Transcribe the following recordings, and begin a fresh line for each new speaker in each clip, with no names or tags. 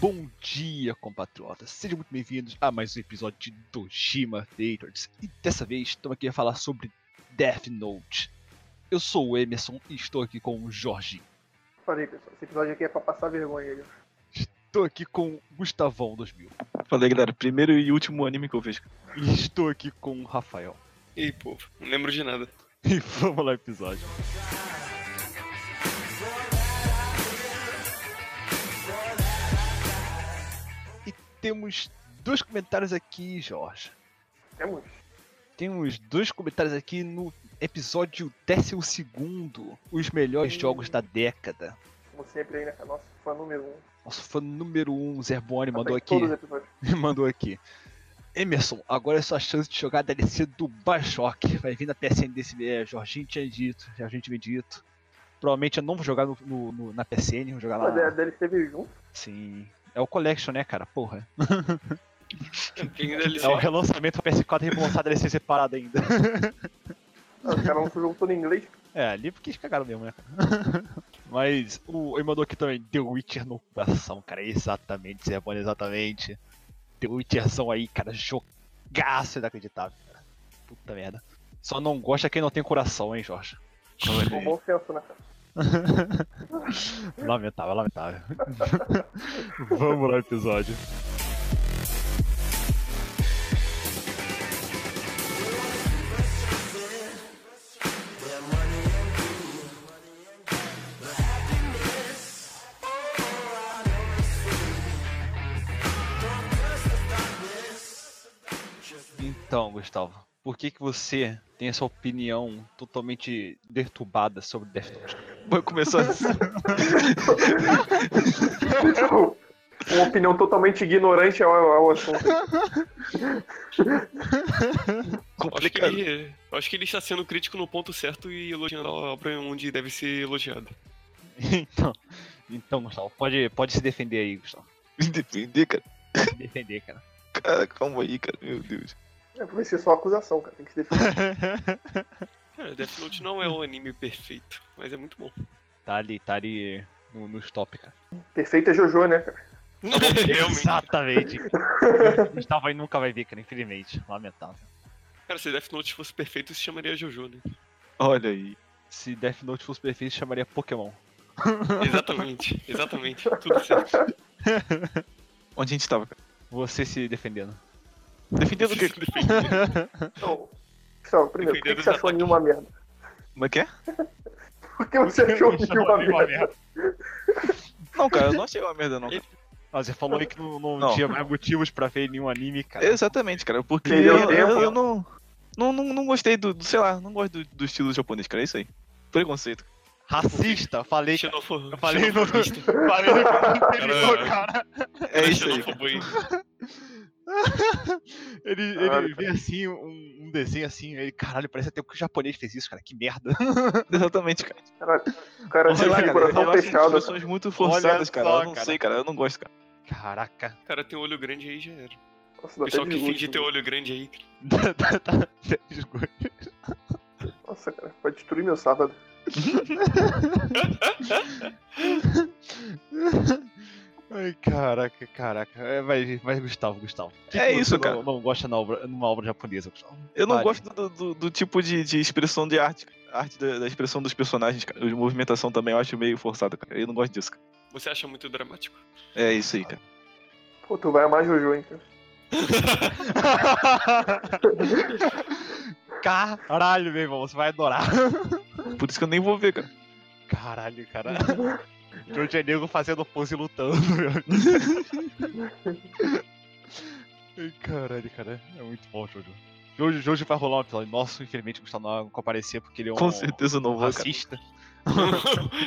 Bom dia, compatriotas! Sejam muito bem-vindos a mais um episódio de Dojima Theaters. E dessa vez estamos aqui a falar sobre Death Note. Eu sou o Emerson e estou aqui com o Jorge.
Falei, pessoal, esse episódio aqui é pra passar vergonha. Aí.
Estou aqui com o Gustavão 2000.
Falei, galera, primeiro e último anime que eu vejo.
E estou aqui com o Rafael.
Ei, povo, não lembro de nada.
E vamos lá, episódio. E temos dois comentários aqui, Jorge.
Temos.
Temos dois comentários aqui no episódio 12, os melhores jogos da década.
Como sempre aí, né? É nosso fã número um.
Nosso fã número 1, um, Zerboni, mandou
Também,
aqui.
Todos os episódios.
mandou aqui. Emerson, agora é sua chance de jogar a DLC do Bioshock. Vai vir na PSN desse mês. Jorginho tinha dito, Jorginho tinha me dito. Provavelmente eu não vou jogar no, no- no- na PSN, vou jogar lá.
Mas é, deve ser veio junto.
Sim. É o Collection, né, cara? Porra.
Tem DLC.
É o relançamento pra PS4 e vão lançar a DLC separada ainda.
Ah, Os caras lançam o jogo todo em inglês.
É, ali porque eles cagaram mesmo, né? cara? Mas o ele mandou aqui também The Witcher no coração, cara. Exatamente, Zerbone, exatamente. The Witcherzão aí, cara. Jogaço inacreditável, cara. Puta merda. Só não gosta quem não tem coração, hein, Jorge?
tá
Com bom senso, né, cara?
Lamentável, lamentável. Vamos lá, episódio. Então, Gustavo, por que, que você tem essa opinião totalmente perturbada sobre Death Note?
Vou começar assim.
Tipo, Uma opinião totalmente ignorante ao, ao assunto.
Acho que,
Complicado.
ele, acho que ele está sendo crítico no ponto certo e elogiando a obra onde deve ser elogiada.
Então, então Gustavo, pode, pode se defender aí, Gustavo.
Me defender, cara.
Se defender, cara.
Cara, calma aí, cara. Meu Deus.
É, Vai ser só acusação, cara. Tem que se defender.
Cara, Death Note não é um anime perfeito, mas é muito bom.
tá ali, tá ali no, nos top, cara.
Perfeito é Jojo, né, cara?
Realmente.
Exatamente. Gustavo aí nunca vai ver, cara, infelizmente. Lamentável.
Cara, se Death Note fosse perfeito, se chamaria Jojo, né?
Olha aí.
Se Death Note fosse perfeito, chamaria Pokémon.
Exatamente, exatamente. Tudo certo.
Onde a gente tava, cara?
Você se defendendo.
Defendendo o quê?
Então, Gustavo, primeiro, por que, que você achou nenhuma merda?
Como é que é?
Por que você achou nenhuma merda?
Não, cara, eu não achei uma merda, não. cara.
Ah, você falou aí que não, não
Não.
tinha mais motivos pra ver nenhum anime, cara.
Exatamente, cara. Porque
Perdeu
eu,
tempo.
eu não, não, não. não gostei do, do- Sei lá, não gosto do, do estilo japonês, cara. É isso aí. Preconceito.
Racista, falei. cara.
Xenofobia.
Eu falei no. Falei no. então,
Caralho.
cara.
É isso aí.
um
cara.
Ele,
Caralho,
ele vê assim um, um desenho assim, ele, caralho, parece até que o japonês fez isso, cara, que merda.
Exatamente, cara.
Caralho, o cara
Sei
Sei
tem
lá,
lá,
de
cara.
coração
Eu acho
fechado. cara.
expressões muito forçadas,
Olha
cara.
só,
eu não
cara.
sei, cara. Eu não gosto, cara.
Caraca.
Cara, tem olho grande aí já era.
Nossa,
O
dá até
pessoal que
desgosto,
finge ter
né?
mano.
olho grande aí.
Tá- tá- tá- desgosto.
Nossa, cara, pode destruir meu sábado.
Ai, caraca, caraca. É, mas, mas Gustavo, Gustavo. o
É
você
isso,
não-
cara.
Não, gosta na obra, numa obra japonesa, Gustavo.
Eu não
Vale.
gosto do, do- do tipo de, de expressão de arte. cara. A arte da, da expressão dos personagens, cara. De movimentação também eu acho meio forçada, cara. Eu não gosto disso, cara.
Você acha muito dramático.
É isso aí, cara.
Pô, tu vai amar Jojo, então.
Caralho, meu irmão, você vai adorar.
Por isso que eu nem vou ver, cara.
Caralho, cara. Jojo é nego fazendo pose e lutando, meu. Ai, Caralho, cara. É muito bom, Jojo. Jojo, Jojo vai rolar um episódio. Nossa, infelizmente o Gustavo não vai comparecer porque ele é um
Com certeza eu não vou, cara.
racista.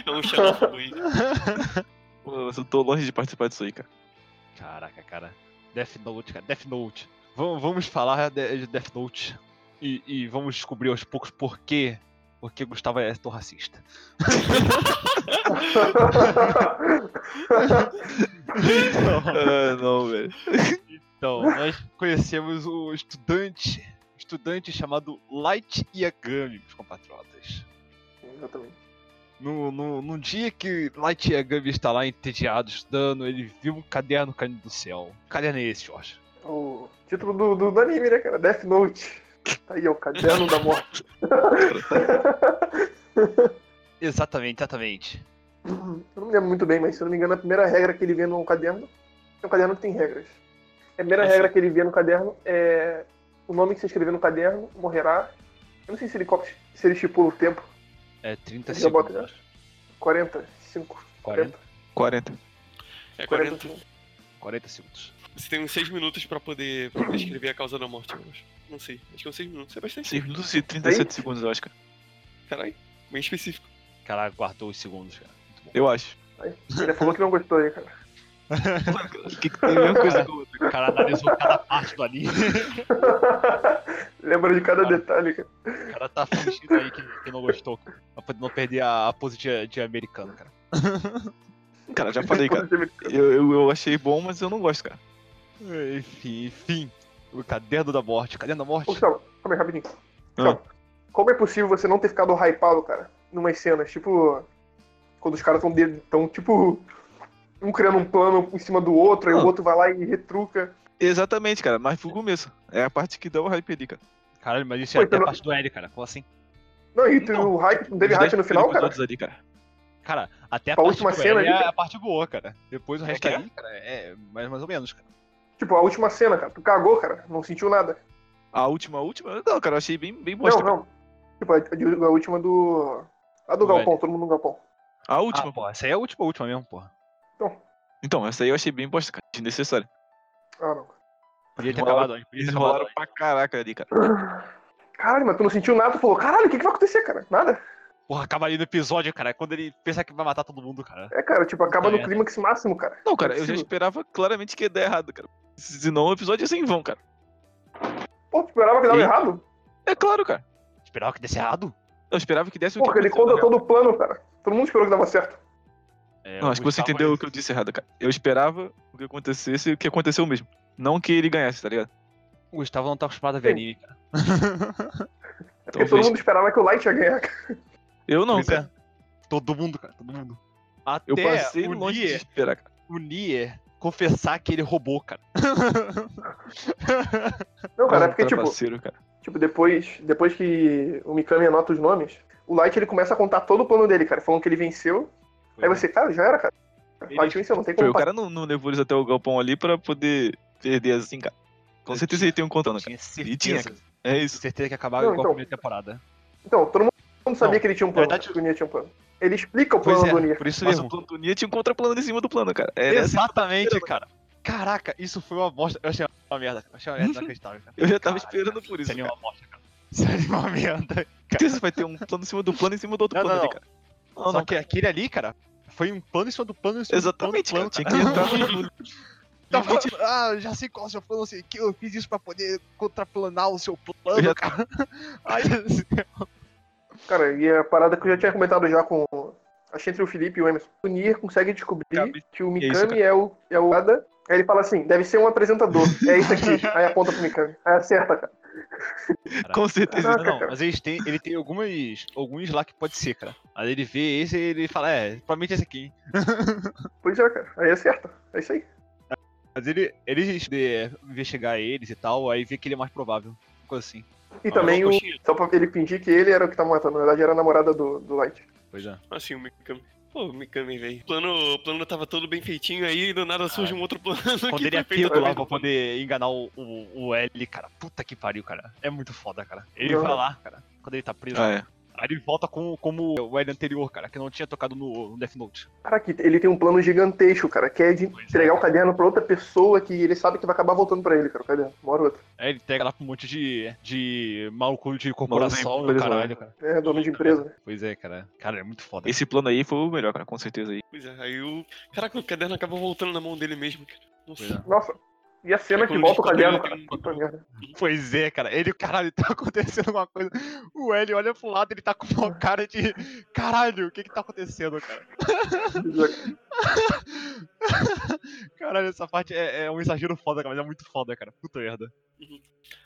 é um xenófobo aí.
Pô, Eu tô longe de participar disso aí, cara.
Caraca, cara. Death Note, cara. Death Note. Vamos, vamos falar de, de Death Note. E, e vamos descobrir aos poucos por quê. Porque Gustavo é tão racista. então,
Ah, não, velho.
então, nós conhecemos o estudante. Estudante chamado Light Yagami, meus compatriotas.
Exatamente.
No, no, num dia que Light Yagami está lá entediado, estudando, ele viu um caderno caindo do céu. Que caderno é esse, Jorge?
O título do, do, do anime, né, cara? Death Note. Tá aí, ó, o caderno da morte.
Exatamente, exatamente.
Eu não me lembro muito bem, mas se eu não me engano, a primeira regra que ele vê no caderno. É um caderno que tem regras. A primeira regra que ele vê no caderno é. O nome que você escrever no caderno morrerá. Eu não sei se ele, copia- se ele estipula o tempo.
É 30
Ele já bota,
segundos.
40, 5, 40.
40.
É 40.
40.
40 segundos.
Você tem uns 6 minutos pra poder, pra poder escrever a causa da morte, eu acho. Não sei, acho que são 6 minutos. É bastante
6 minutos e 37
Aí?
segundos, eu acho, cara.
Caralho, bem específico.
Caralho, guardou os segundos, cara. Muito bom.
Eu acho.
Ele falou que não gostou aí, cara.
Que que tem a mesma coisa que o outro.
O cara analisou cada parte do anime.
Lembra de
Ah.
cada detalhe, cara.
O cara tá fingindo aí que, que não gostou. Pra poder não perder a, a pose de, de americano, cara.
Cara, já falei, cara. Eu, eu, eu achei bom, mas eu não gosto, cara.
Enfim, enfim. O caderno da morte. Caderno da morte?
Gustavo, calma aí, rapidinho.
Ah.
Gustavo, Como é possível você não ter ficado hypado, cara, numas cenas? Tipo, quando os caras estão, tão, tipo, um criando um plano em cima do outro, aí
Não.
o outro vai lá e retruca.
Exatamente, cara. Mas foi o começo. É a parte que dá o hype ali, cara.
Caralho, mas isso
Pô,
é até
então-
parte do L, cara. Como assim?
Não, e tu-
Não.
o hype, não teve
Os
hype
dez
no final,
primeiros
cara?
episódios Ali, cara.
Cara, até a
Pra
parte
última
do L
cena ali,
é
cara.
a parte boa, cara. Depois o resto
que é?
ali, cara, é mais, mais ou menos, cara.
Tipo, a última cena, cara. Tu cagou, cara. Não sentiu nada.
A última, a última. Não, cara, eu achei bem, bem bosta.
não, não. Tipo, a, de- a última do. A do
Do
Galpão,
L.
todo mundo no Galpão.
cara. A última.
Ah, porra, essa aí é a última, a última mesmo, porra.
Então, essa aí eu achei bem bosta, cara. Desnecessário.
Ah, não.
Podia ter
Enrolaram-
acabado antes. Podia
Eles
ter acabado
enrolaram pra caraca ali, cara.
Caralho, mas tu não sentiu nada, tu falou, caralho, o que, que vai acontecer, cara? Nada.
antes. Porra, acaba ali no episódio, cara. Quando ele pensa que vai matar todo mundo, cara.
É, cara, tipo,
Ah,
acaba
Puta
no
merda.
clímax máximo, cara.
Não, cara, eu já
Sim.
esperava claramente que ia dar errado, cara. Senão o episódio ia ser em vão, cara.
Pô, tu esperava que dava
Sim.
errado?
É claro, cara.
Esperava que desse errado.
Eu esperava que desse o que
Porra, ele
aconteceu,
conta
na real.
todo o plano, cara. Todo mundo esperou que dava certo.
É,
Não, acho que você
Gustavo-
entendeu o que eu disse errado, cara. Eu esperava o que acontecesse e o que aconteceu mesmo. Não que ele ganhasse, tá ligado?
O Gustavo não tá acostumado a ver
Sim.
anime, cara.
É porque todo
Talvez.
mundo esperava que o Light ia ganhar, cara.
Eu não,
Pois
cara.
é. Todo mundo, cara, todo mundo. Até
Eu passei
o
longe de
Nier,
esperar, cara.
o Nier confessar que ele roubou, cara.
Não, cara, é porque,
Um
tipo,
trapaceiro, cara.
tipo depois, depois que o Mikami anota os nomes, o Light ele começa a contar todo o plano dele, cara, falando que ele venceu. Aí você, cara, já era, cara. O Light venceu, não tem
né? Foi,
como
o cara não, não levou eles até o galpão ali pra poder perder assim, cara. Com
Eu
certeza
tinha-
ele tem um contando, cara.
tinha
E tinha,
certeza,
É isso.
certeza que acabava
Não,
igual a
então.
primeira temporada.
Então, todo mundo sabia
Não,
que ele tinha um plano,
verdade-
que o Nia tinha um plano. Ele explica o
Pois
plano
é,
do Nia.
por isso
Mas
mesmo.
o plano do Nia tinha um contraplano em cima do plano, cara. É, assim,
Exatamente, cara. Caraca, isso foi uma bosta. Eu achei uma merda, cara. Eu achei uma merda inacreditável, cara.
eu já tava
Caralho,
esperando por
Isso
isso,
é
cara.
uma bosta, cara. Isso é uma merda.
Por que você vai ter um plano em cima do plano em cima do outro
Não,
plano
não,
ali, cara? Não,
Só
não.
que aquele ali, cara, foi um plano em cima do plano em cima
Exatamente,
do plano.
cara.
do
Tinha
plano,
que entrar no no
Tá falando, ah, já sei qual é o seu plano, não sei o que, eu fiz isso pra poder contraplanar o seu plano,
Eu já-
cara. Aí,
Cara, e é a parada que eu já tinha comentado já com. Acho entre o Felipe e o Emerson. O Nier consegue descobrir
Cabe-
que o
isso,
Mikami é, o, é o Ada. Aí ele fala assim: deve ser um apresentador. É isso aqui. Aí aponta pro Mikami. "Ah, Aí acerta, cara.
Com certeza.
Caraca,
não,
cara.
mas eles têm, ele tem algumas, alguns lá que pode ser, cara. Aí ele vê esse e ele fala, é, provavelmente esse aqui, hein.
Pois é, cara. Aí acerta. É isso aí.
Mas ele, eles é, investigar eles e tal, aí vê que ele é mais provável. uma Coisa assim.
E
Ah,
também
eu
o.
gostei.
Só pra ele fingir que ele era o que tava matando. Na verdade, era a namorada do, do Light.
Pois é.
Assim, o Mikami. Pô, o Mikami, velho. O plano, o plano tava todo bem feitinho aí, do nada surge um outro plano
Quando
que
ele
foi feito
apita lá
através
pra
do plano.
poder enganar o, o, o L, cara. Puta que pariu, cara. É muito foda, cara. Ele
Não.
vai lá, cara. Quando ele tá preso.
Ah, é.
Aí ele volta com, como o L anterior, cara, que não tinha tocado no, no Death Note.
Cara, que ele tem um plano gigantesco, cara. Que é de
Pois é,
entregar o
cara.
caderno pra outra pessoa que ele sabe que vai acabar voltando pra ele, cara. O caderno. Uma hora ou outra.
Aí ele pega lá pra um monte de, de maluco de corporação e o
empresa,
caralho,
né?
cara.
É, dono de empresa, né?
Pois é, cara. Cara, é muito foda.
Esse plano aí foi o melhor, cara, com certeza aí.
Pois é, aí o. Caraca, o caderno acabou voltando na mão dele mesmo, cara.
Pois é.
Nossa.
Nossa. E a cena
É
que
quando
volta o caderno, cara.
um-
descobriu
Puta merda.
Pois é, cara. Ele, caralho, tá acontecendo alguma coisa. O L olha pro lado, ele tá com
Uhum.
uma cara de. Caralho, o que que tá acontecendo, cara? Caralho, essa parte é, é um exagero foda, cara, mas é muito foda, cara. Puta merda.
Uhum.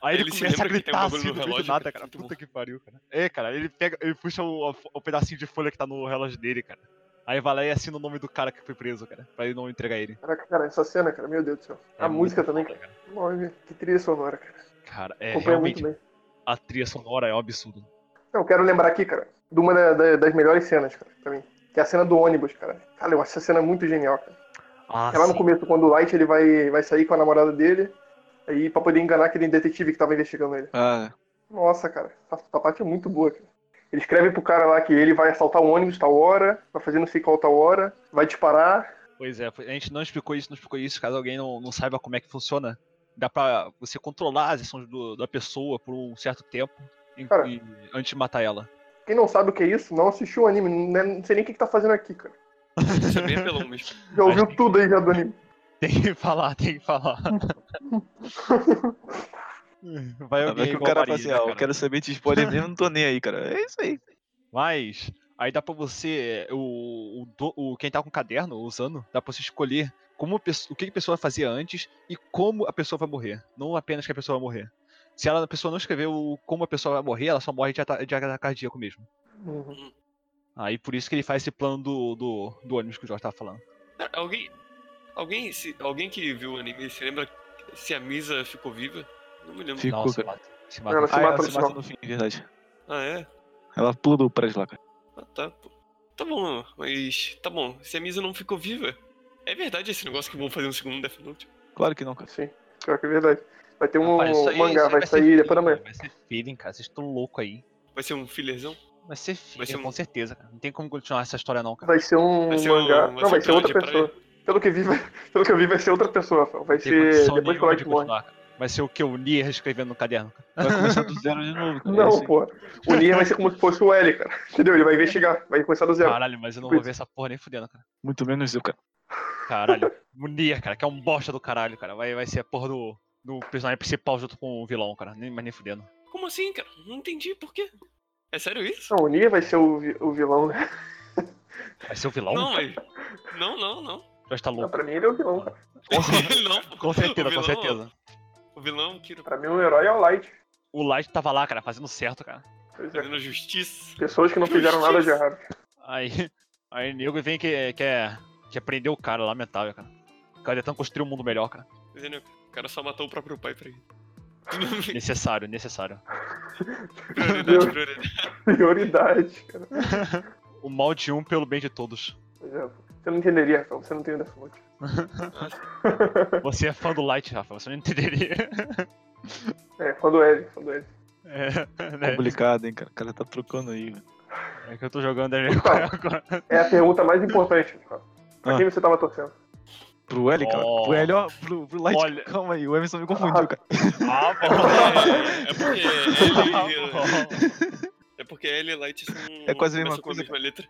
Aí ele,
Ele se
começa a
lembra que tem
gritar
um bagulho
assim,
no
do jeito
relógio,
nada,
cara,
cara.
muito
Puta
bom.
que pariu, cara. É, cara, ele pega, ele puxa o, o pedacinho de folha que tá no relógio dele, cara. Aí vai lá e assina o nome do cara que foi preso, cara. Pra ele não entregar ele.
Caraca, cara, essa cena, cara, meu Deus do céu.
É
a música
muito
também,
foda,
cara. Nome, que trilha sonora, cara.
Cara, é
Acompanha muito
realmente.
bem.
A trilha sonora é um absurdo.
Não, eu quero lembrar aqui, cara, de uma da- da- das melhores cenas, cara, pra mim. Que é a cena do ônibus, cara. Cara, eu acho essa cena muito genial, cara.
Ah,
É lá no
sim.
começo, quando o Light ele vai, vai sair com a namorada dele, aí pra poder enganar aquele detetive que tava investigando ele.
Ah,
Nossa, cara, essa, essa parte é muito boa, cara. Ele escreve pro cara lá que ele vai assaltar um ônibus tal hora, vai fazer não sei qual tal hora, vai disparar.
Pois é, a gente não explicou isso, não explicou isso, caso alguém não, não saiba como é que funciona. Dá pra você controlar as ações do- da pessoa por um certo tempo em-
Cara.
e- antes de matar ela.
Quem não sabe o que é isso, não assistiu o anime, não, não sei nem o que, que tá fazendo aqui, cara.
Isso é bem apelão mesmo.
Já ouviu
Acho que-
tudo aí já do anime.
Tem que falar, tem que falar. Vai
é
alguém
que o
igual
cara fala
Maria,
assim,
né,
ó, eu
cara?
quero saber de spoiler mesmo, não tô nem aí, cara. É isso aí.
Mas aí dá pra você, eh, o, o, do- o- quem tá com o caderno usando, dá pra você escolher como a pesso- o que a pessoa fazia antes e como a pessoa vai morrer. Não apenas que a pessoa vai morrer. Se ela, a pessoa não escrever o- como a pessoa vai morrer, ela só morre de ata- de ataque cardíaco mesmo.
Uhum.
Aí por isso que ele faz esse plano do, do, do ônibus que o Jorge tava falando.
Cara, Alguém. Alguém, se, alguém que viu o anime se lembra se a Misa ficou viva? Não me lembro.
Ficou.
Não, se
cara.
mata. Se
Ela
mata.
se
Ah,
mata
ela se
no
mata no fim, de verdade.
Ah, é?
Ela pula do prédio lá, cara.
Ah, tá. pô. Tá bom, mas. Tá bom. Se a Misa não ficou viva. É verdade esse negócio que vão fazer um segundo Death Note?
Claro que não, cara.
Sim, pior que é verdade. Vai ter um
Rapaz, isso aí- isso
mangá,
aí
vai,
ser
sair
feeling,
depois da manhã.
Vai ser feeling, cara. Vocês estão loucos aí.
Vai ser um fillerzão?
Vai ser feeling,
ser um-
com certeza, cara. Não tem como continuar essa história, não, cara.
Vai ser um
Vai ser um-
mangá.
vai
Não,
ser
vai
um
ser outra
drama de
pessoa. Pelo que, vi, vai... Pelo que eu vi, vai ser outra pessoa, Rafael. Vai
Não tem
ser
condição
depois que
nenhuma
o
de
Light morre.
continuar, cara. Vai ser o que? O Nier escrevendo no caderno. cara.
Vai começar do zero de novo, cara. É isso
Não,
aí.
pô. O Nier vai ser como se fosse o L, cara. Entendeu? Ele vai investigar, vai começar do zero.
Caralho, mas eu não vou ver essa porra nem fudendo, cara.
Muito menos eu, cara.
Caralho. O Nier, cara, que é um bosta do caralho, cara. Vai, vai ser a porra do, do personagem principal junto com o vilão, cara. Nem, mas nem fudendo.
Como assim, cara? Não entendi por quê. É sério isso?
Não, o Nier vai ser o, vi- o vilão, né?
Vai ser o vilão?
Não, mas. Não, não, não.
Já tá
Não,
louco.
pra mim ele é o vilão, cara.
não.
Com certeza,
O
com
vilão- é
certeza.
O vilão tá Kiro
Pra mim o herói é o Light.
O Light tava lá, cara, fazendo certo, cara.
Pois é.
fazendo justiça.
Pessoas que não fizeram nada de errado.
Aí, aí o nego vem que quer que prender o cara, lamentável, cara. O cara tentando construir um mundo melhor, cara.
Entendeu? O cara só matou o próprio pai pra isso.
Necessário, necessário.
prioridade, prioridade.
Prioridade, cara.
O mal de um pelo bem de todos.
Pois é, pô. Você não entenderia, Rafael. Você não tem o Death Note.
Nossa,
Você é fã do Light, Rafa, você não entenderia.
É, quando o L, quando o L.
É, né?
Complicado, hein, cara. O cara tá trocando aí, velho.
é que eu tô jogando ali
Então.
agora.
É a pergunta mais importante, cara. Pra
Ah.
quem você tava torcendo?
Pro L, cara.
Oh.
Pro L, ó. Pro, pro Light.
Olha.
Calma aí, o Emerson me confundiu, cara.
Ah,
É, é porque ele.
bom.
É porque ele e Light são.
É quase a mesma
começam
coisa,
com mesma letra.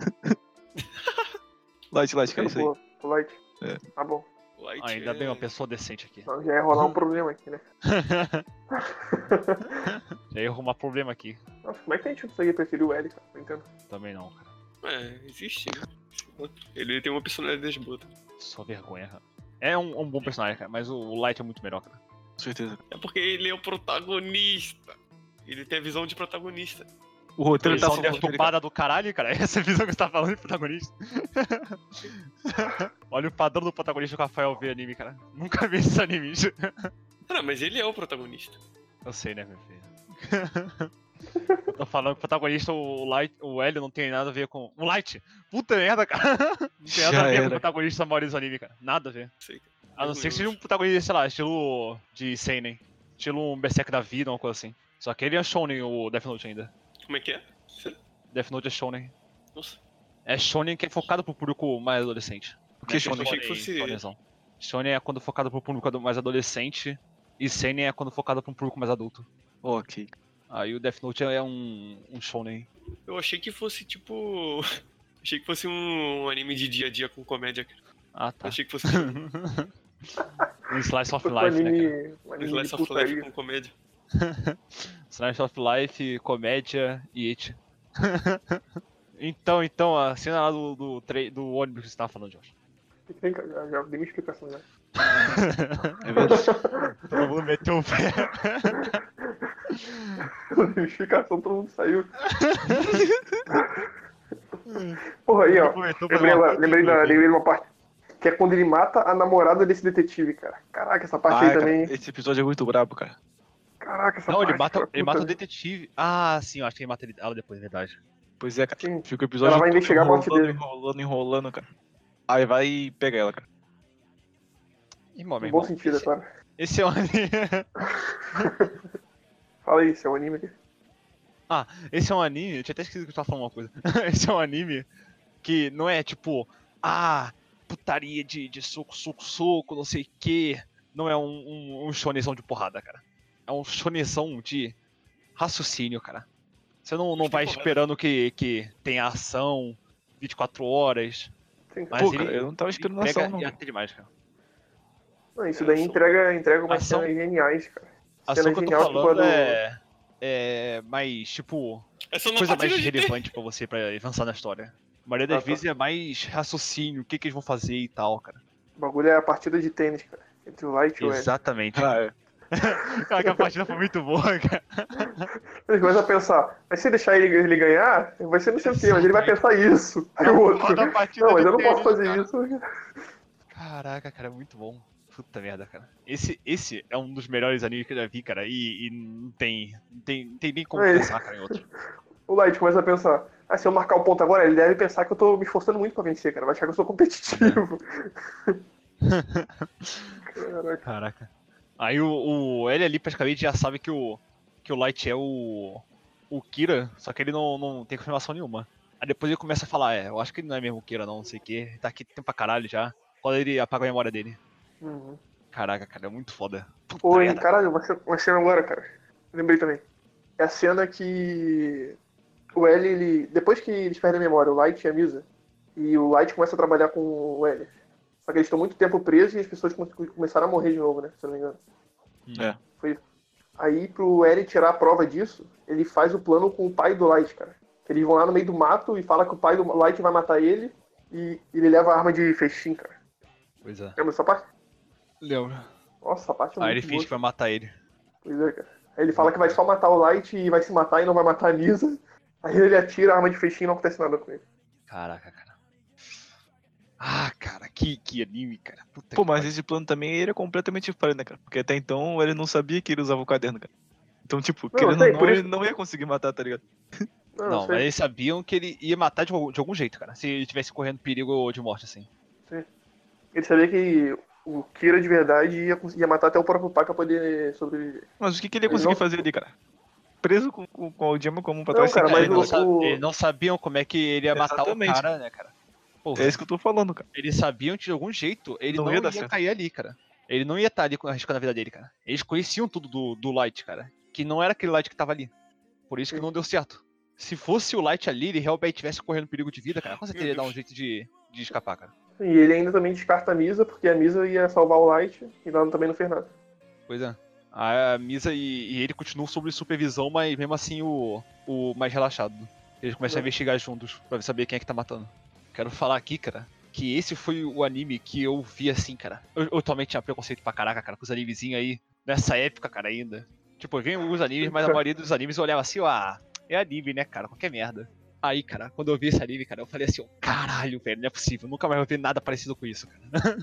Light, Light, cara. É isso aí.
Pô, pô, Light.
É.
Tá bom.
Light
Ah, Ainda
é-
bem uma pessoa decente aqui.
Não, já ia rolar um problema aqui, né?
Já ia arrumar problema aqui.
Nossa, como é que a gente consegue preferir o L, cara? Não entendo.
Também não, cara.
É, existe. né? Ele tem uma personalidade boa.
Só vergonha, cara. É um, um bom personagem, cara, mas o, o Light é muito melhor, cara.
Com certeza.
É porque ele é o protagonista. Ele tem a visão de protagonista.
O roteiro
Ele tá
tá
Eles são
falando dele, cara.
perturbada do caralho, cara. Essa é a visão que você tá falando de protagonista. Olha o padrão do protagonista que o Rafael vê anime, cara. Nunca vi esse anime.
Cara, mas ele é o protagonista.
Eu sei, né, meu filho? Eu tô falando que o protagonista, o Light, o L não tem nada a ver com. O Light! Puta merda, cara! Não tem nada
Já
a ver com o
era.
protagonista Maurício anime, cara. Nada a ver.
Sei, cara.
A não ser que seja um protagonista, sei lá, estilo de Seinen. Estilo um Berserk da vida, uma coisa assim. Só que ele é Shonen, o Death Note ainda.
Como é que é?
Death Note é Shonen.
Nossa.
É Shonen que é focado pro público mais adolescente.
O que é Shonen?
Achei que fosse-
Shonenzão. Shonen é quando focado pro público ado- mais adolescente. E Seinen é quando focado pra um público mais adulto.
Ok.
Aí o Death Note é um, um Shonen.
Eu achei que fosse tipo. um achei que fosse um anime de dia a dia com comédia. cara.
Ah, tá.
Achei que fosse.
Um Slice of
Um
Life, né, cara?
anime, um anime de
Slice of Life
putaria.
com comédia.
Slice of Life, comédia e it. então, então, a cena lá do, do, tre- do ônibus que você tava falando, Josh.
Vem cá, Já, já dei minha explicação, né?
É verdade.
Todo mundo meteu o pé.
Eu dei explicação, todo mundo saiu. Porra, aí, ó.
Aproveitou pra
Lembrei,
dar uma-
agora, lembrei, da, lembrei de uma parte. Que é quando ele mata a namorada desse detetive, cara. Caraca, essa parte
Ah,
aí
cara,
também.
esse episódio é muito brabo, cara.
Caraca, essa
Não,
parte.
ele mata,
cara,
ele mata o
puta.
detetive. Ah, sim, eu acho que ele mata ele- ela depois, é verdade.
Pois é, cara.
Sim.
Fica o episódio
Ela vai
todo
investigar a morte
enrolando,
dele.
enrolando, enrolando, cara. Aí vai e pega ela, cara.
Irmão, meu
No bom
irmão.
sentido, é
esse,
claro.
esse é um anime.
Fala aí, seu anime. aqui.
Esse é um anime. Eu tinha até esquecido que eu tava falando uma coisa. esse é um anime que não é tipo. Ah, putaria de, de soco, soco, soco, não sei o que. Não é um, um, um shonenzão de porrada, cara. É um shonenzão de raciocínio, cara. Você não, não
Mas tem
é
vai
porrada.
esperando que, que tenha ação 24 horas.
Sim.
Mas
Pô,
ele-
cara, eu não tava
Ele
esperando
pega
ação, não.
e até demais, cara.
Não, isso daí entrega, entrega umas
Ação.
cenas geniais, cara.
A
Cena
ação que eu tô
genial, tipo, a
falando
do-
é. É. Mas, tipo.
Essa não
coisa mais
patrulha de tempo.
relevante pra você pra avançar na história. A maioria das
Ah, tá.
vezes é mais raciocínio, o que, que eles vão fazer e tal, cara.
O bagulho é a partida de tênis, cara. Entre o Light e o Ed.
Exatamente.
Ah, é.
Aquela partida foi muito boa, cara.
Ele começa a pensar, mas se deixar ele, ele ganhar, vai ser não sei o quê, mas ele vai pensar isso. Aí o outro.
Toda partida
Não, mas eu não
de
posso
tênis,
fazer
cara.
isso.
Caraca, cara, é muito bom. Puta merda, cara. Esse, esse é um dos melhores animes que eu já vi, cara. E, e não, tem, não, tem, não tem nem como
É.
pensar, cara, em outro.
O Light começa a pensar, ah, se eu marcar o ponto agora, ele deve pensar que eu tô me esforçando muito pra vencer, cara. Vai achar que eu sou competitivo. Caraca.
Caraca. Aí o, o ele ali praticamente já sabe que o, que o Light é o, o Kira, só que ele não, não tem confirmação nenhuma. Aí depois ele começa a falar, é, eu acho que ele não é mesmo o Kira não, não sei o que, tá aqui tempo pra caralho já. Quando ele apaga a memória dele.
Uhum.
Caraca, cara, é muito foda. Puta
Oi,
merda.
caralho, uma cena- uma cena agora, cara. Lembrei também. É a cena que o L, ele. Depois que eles perdem a memória, o Light e a Misa, e o Light começa a trabalhar com o L. Só que eles estão muito tempo presos e as pessoas come- começaram a morrer de novo, né? Se eu não me engano.
Hum,
É.
Aí, pro L tirar a prova disso, ele faz o plano com o pai do Light, cara. Eles vão lá no meio do mato e fala que o pai do Light vai matar ele e ele leva a arma de festim, cara.
Pois é.
Lembra dessa parte?
Lembro.
Nossa, essa parte é muito
Aí Ah, ele finge
boa.
que vai matar ele.
Pois é, cara. Aí ele fala que vai só matar o Light e vai se matar e não vai matar a Nisa. Aí ele atira a arma de festim e não acontece nada com ele.
Caraca, cara. Ah, cara, que, que anime, cara. Puta
Pô,
que
mas
pariu.
esse plano também ele é completamente diferente, né, cara? Porque até então ele não sabia que ele usava o caderno, cara. Então, tipo, querendo
sei,
ou não,
por
ele
isso-
não ia conseguir matar, tá ligado?
Não,
Não,
sei.
mas eles sabiam que ele ia matar de, algum- de algum jeito, cara. Se ele tivesse correndo perigo de morte, assim.
Ele sabia que o Kira de verdade ia, cons- ia matar até o próprio pai pra poder sobreviver.
Mas o que, que ele ia
Ele
conseguir
não-
fazer ali, cara? Preso com, com, com o Jama como um pra
Não,
trás.
cara,
sem
Mas
mas
É, eles,
cair,
não
o-
né, cara?
sa- eles não sabiam como é que ele ia matar
Exatamente.
o cara, né, cara? Pô,
É isso que eu tô falando, cara.
eles sabiam que de algum jeito ele
Não
não,
ia
ia,
dar certo.
cair ali, cara. Ele não ia estar ali arriscando a vida dele, cara. Eles conheciam tudo do, do Light, cara. Que não era aquele Light que tava ali. Por isso que
Sim.
não deu certo. Se fosse o Light ali, ele realmente tivesse correndo perigo de vida, cara. Com certeza
Meu
ia dar um
Deus.
jeito de, de escapar, cara.
E ele ainda também descarta a Misa, porque a Misa ia salvar o Light e ela também não fez nada.
Pois é. A Misa e, e ele continuam sob supervisão, mas mesmo assim o, o mais relaxado. Eles começam a
É.
investigar juntos pra saber quem é que tá matando. Quero falar aqui, cara, que esse foi o anime que eu vi assim, cara. Eu, eu também tinha preconceito pra caraca, cara, com os animezinhos aí, nessa época, cara, ainda. Tipo, eu vi alguns animes,
Então-
mas a maioria dos animes eu olhava assim, ó, ah, é anime, né, cara? Qualquer merda. Aí, cara, quando eu vi esse anime, cara, eu falei assim, ó, caralho, velho, não é possível, nunca mais vou ver nada parecido com isso, cara.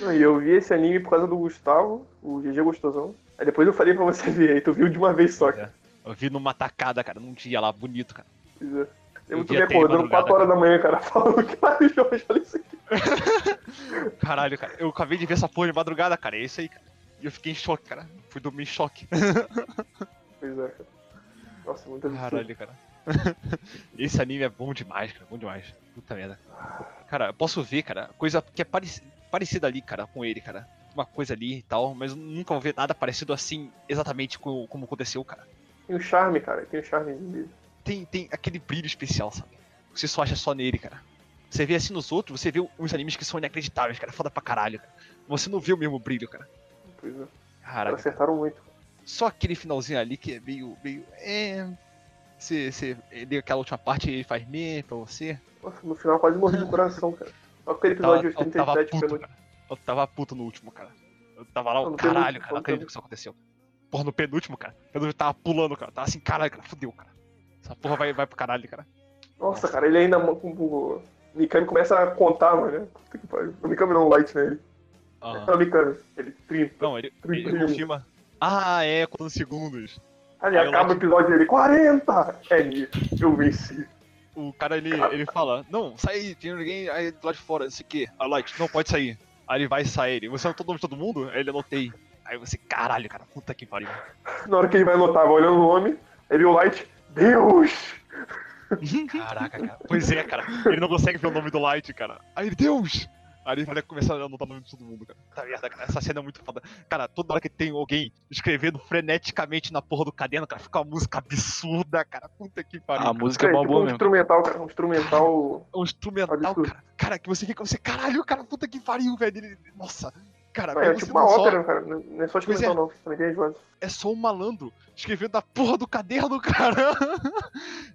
Não, E eu vi esse anime por causa do Gustavo, o GG Gostosão. Aí depois eu falei pra você ver, aí tu viu de uma vez só, cara.
Eu vi numa tacada, cara, num dia lá, bonito, cara.
Pois é.
Eu
Eu tô
vi
me
até de
acordando
madrugada,
4 horas da manhã, cara, falando que lá no jogo, eu falei isso aqui.
Caralho, cara, eu acabei de ver essa porra de madrugada, cara. É isso aí, cara. E eu fiquei em choque, cara. Fui dormir em choque.
Pois é, cara. Nossa, muito absurdo.
Caralho, cara. Esse anime é bom demais, cara. Bom demais. Puta merda. Cara, eu posso ver, cara, coisa que é parec- parecida ali, cara, com ele, cara. Uma coisa ali e tal, mas eu nunca vou ver nada parecido assim, exatamente com- como aconteceu, cara.
Tem o charme, cara, tem o charme dele.
Tem, tem aquele brilho especial, sabe? Você só acha só nele, cara. Você vê assim nos outros, você vê uns animes que são inacreditáveis, cara. Foda pra caralho, cara. Você não vê o mesmo brilho, cara.
Pois é.
Caraca.
Acertaram muito.
Só aquele finalzinho ali que é meio. meio. É. Você, você lê aquela última parte e ele faz meh pra você.
Nossa, no final eu quase morri do coração, cara. Só aquele episódio
eu tava
87
puto,
penúltimo.
cara. Eu tava puto no último, cara. Eu tava lá,
Não,
o
no
caralho,
penúltimo,
cara.
no
Não acredito que isso aconteceu. Porra, no penúltimo, cara. Eu tava pulando, cara. Tava assim, caralho, cara. Fudeu, cara. Essa porra vai, vai pro caralho, cara.
Nossa, cara, ele ainda. mo- O Mikami começa a contar, mano. né? Puta que pariu. O Mikami não, o Light nele.
Aham.
É o Mikami. Ele 30.
Não, ele, ele confirma. Ah, é, quantos segundos.
Ali
Aí o
acaba o
Light-
episódio dele. 40! É, Ni, eu venci.
O cara, ele, ele fala, não, sai aí, tem ninguém aí do lado de fora, não sei o quê. A Light, não pode sair. Aí ele vai sair, ele, você não todo todo mundo? Aí ele, anotei. Aí você, caralho, cara, puta que pariu.
Na hora que ele vai anotar, vai olhando o homem, ele viu o Light. Deus!
Caraca, cara. Pois é, cara. Ele não consegue ver o nome do Light, cara. Ai, Deus! Aí ele vai começar a anotar o nome de todo mundo, cara. Tá merda, cara. Essa cena é muito foda. Cara, toda hora que tem alguém escrevendo freneticamente na porra do caderno, cara, fica uma música absurda, cara. Puta que pariu.
A
cara.
música é
É,
uma
tipo um
boa mesmo.
instrumental, cara. Um instrumental.
É um instrumental,
Absurdo.
cara. Cara, que você fica, você, caralho, cara, puta que pariu, velho. Ele- Nossa, cara,
É,
mesmo
tipo
sendo
uma
só-
ópera, cara. Não é só instrumental, não. Também é enjoado.
é só um malandro escrevendo a porra do caderno, cara.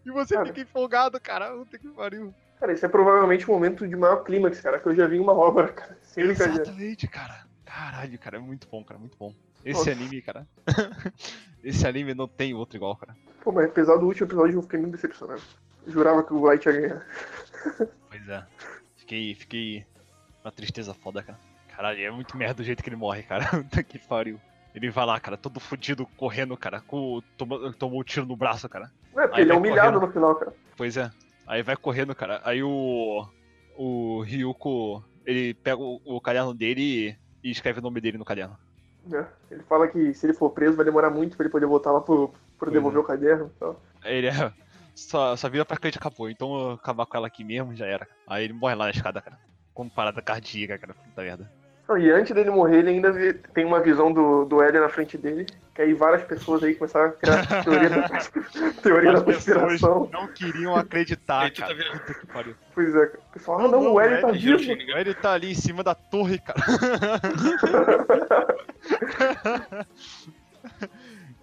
e você
Cara.
fica empolgado, cara. Puta que pariu.
Cara, esse é provavelmente o momento de maior clímax, cara, que eu já vi em uma obra, cara. Sem brincadeira.
Exatamente, cara. Caralho, cara, é muito bom, cara, muito bom. Esse
Nossa.
anime, cara. Esse anime não tem outro igual, cara.
Pô, mas apesar do último episódio, eu fiquei muito decepcionado. Jurava que o Light ia ganhar.
Pois é. Fiquei, fiquei uma tristeza foda, cara. Caralho, é muito merda o jeito que ele morre, cara. Puta que pariu. Ele vai lá, cara, todo fudido, correndo, cara, com, tomou, tomou um tiro no braço, cara.
Não é, porque
Aí
ele é
vai
humilhado
correndo.
no final, cara.
Pois é. Aí vai correndo, cara. Aí o. O Ryuko. Ele pega o, o caderno dele e, e escreve o nome dele no caderno.
né? Ele fala que se ele for preso, vai demorar muito pra ele poder voltar lá pro, pro
Pois
devolver o caderno e tal.
Aí ele é. Só, só vira pra frente e acabou. Então eu acabar com ela aqui mesmo já era. Aí ele morre lá na escada, cara. Com parada cardíaca, cara. Puta merda.
Não, e antes dele morrer, ele ainda vê- tem uma visão do, do L na frente dele. Que aí várias pessoas aí começaram a criar teoria da, teoria da
As pessoas
conspiração.
não queriam acreditar,
Eita, tá
cara.
virando.
Puta que pariu.
Pois é, cara. O pessoal, ah,
Não,
não,
não,
o L
o
tá
L
Virou
vivo.
Shinigami.
Ele tá ali em cima da torre, cara.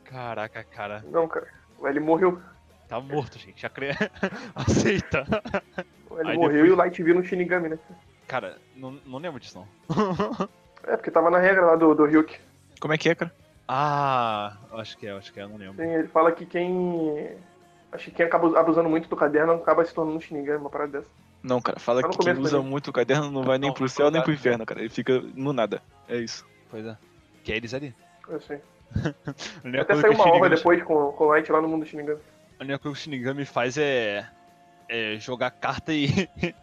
Caraca, cara.
Não, cara. O L morreu.
Tá morto, gente. Acre... Aceita.
O L
Aí
morreu
depois-
e o Light vira um Shinigami, né?
Cara, não, não lembro disso, não.
É, porque tava na regra lá do, do Ryuk.
Como é que é, cara?
Ah, eu acho que é, eu acho que é, eu não lembro.
Tem- Ele fala que quem. Acho que quem acaba abusando muito do caderno acaba se tornando um Shinigami, uma parada dessa.
Não, cara, fala
Tá no
que quem
começo
usa
mesmo.
muito o caderno não vai nem
Não,
pro céu nem
verdade.
pro inferno, cara. Ele fica no nada. É isso.
Pois é. Que é eles ali.
Eu sei.
A única
Até
coisa
saiu
É que o
uma
Shinigami,
obra depois com, com o Light lá no mundo Shinigami.
a única coisa que o Shinigami faz é, é jogar carta e,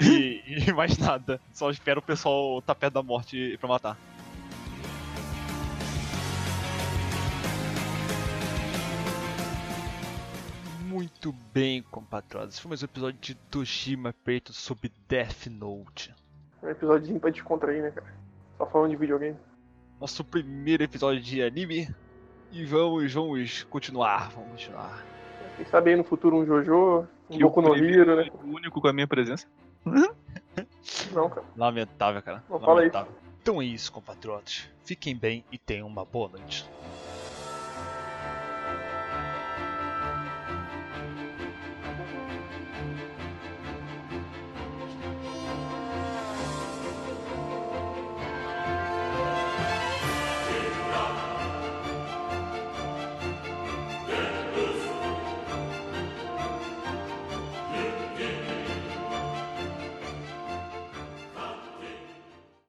e, e mais nada. Só espera o pessoal tá perto da morte pra matar. Muito bem, compatriotas. Foi mais um episódio de Toshima Preto sobre Death Note.
É um episódiozinho pra descontrair, né, cara? Só falando de videogame.
nosso primeiro episódio de anime. E vamos, vamos continuar, vamos continuar.
Quem sabe aí no futuro um Jojo, um
Que o
Boku no
primeiro
Hero, né?
é O único com a minha presença.
Não, cara.
Lamentável, cara.
Não, fala aí.
Lamentável. Então é isso, compatriotas. Fiquem bem e tenham uma boa noite.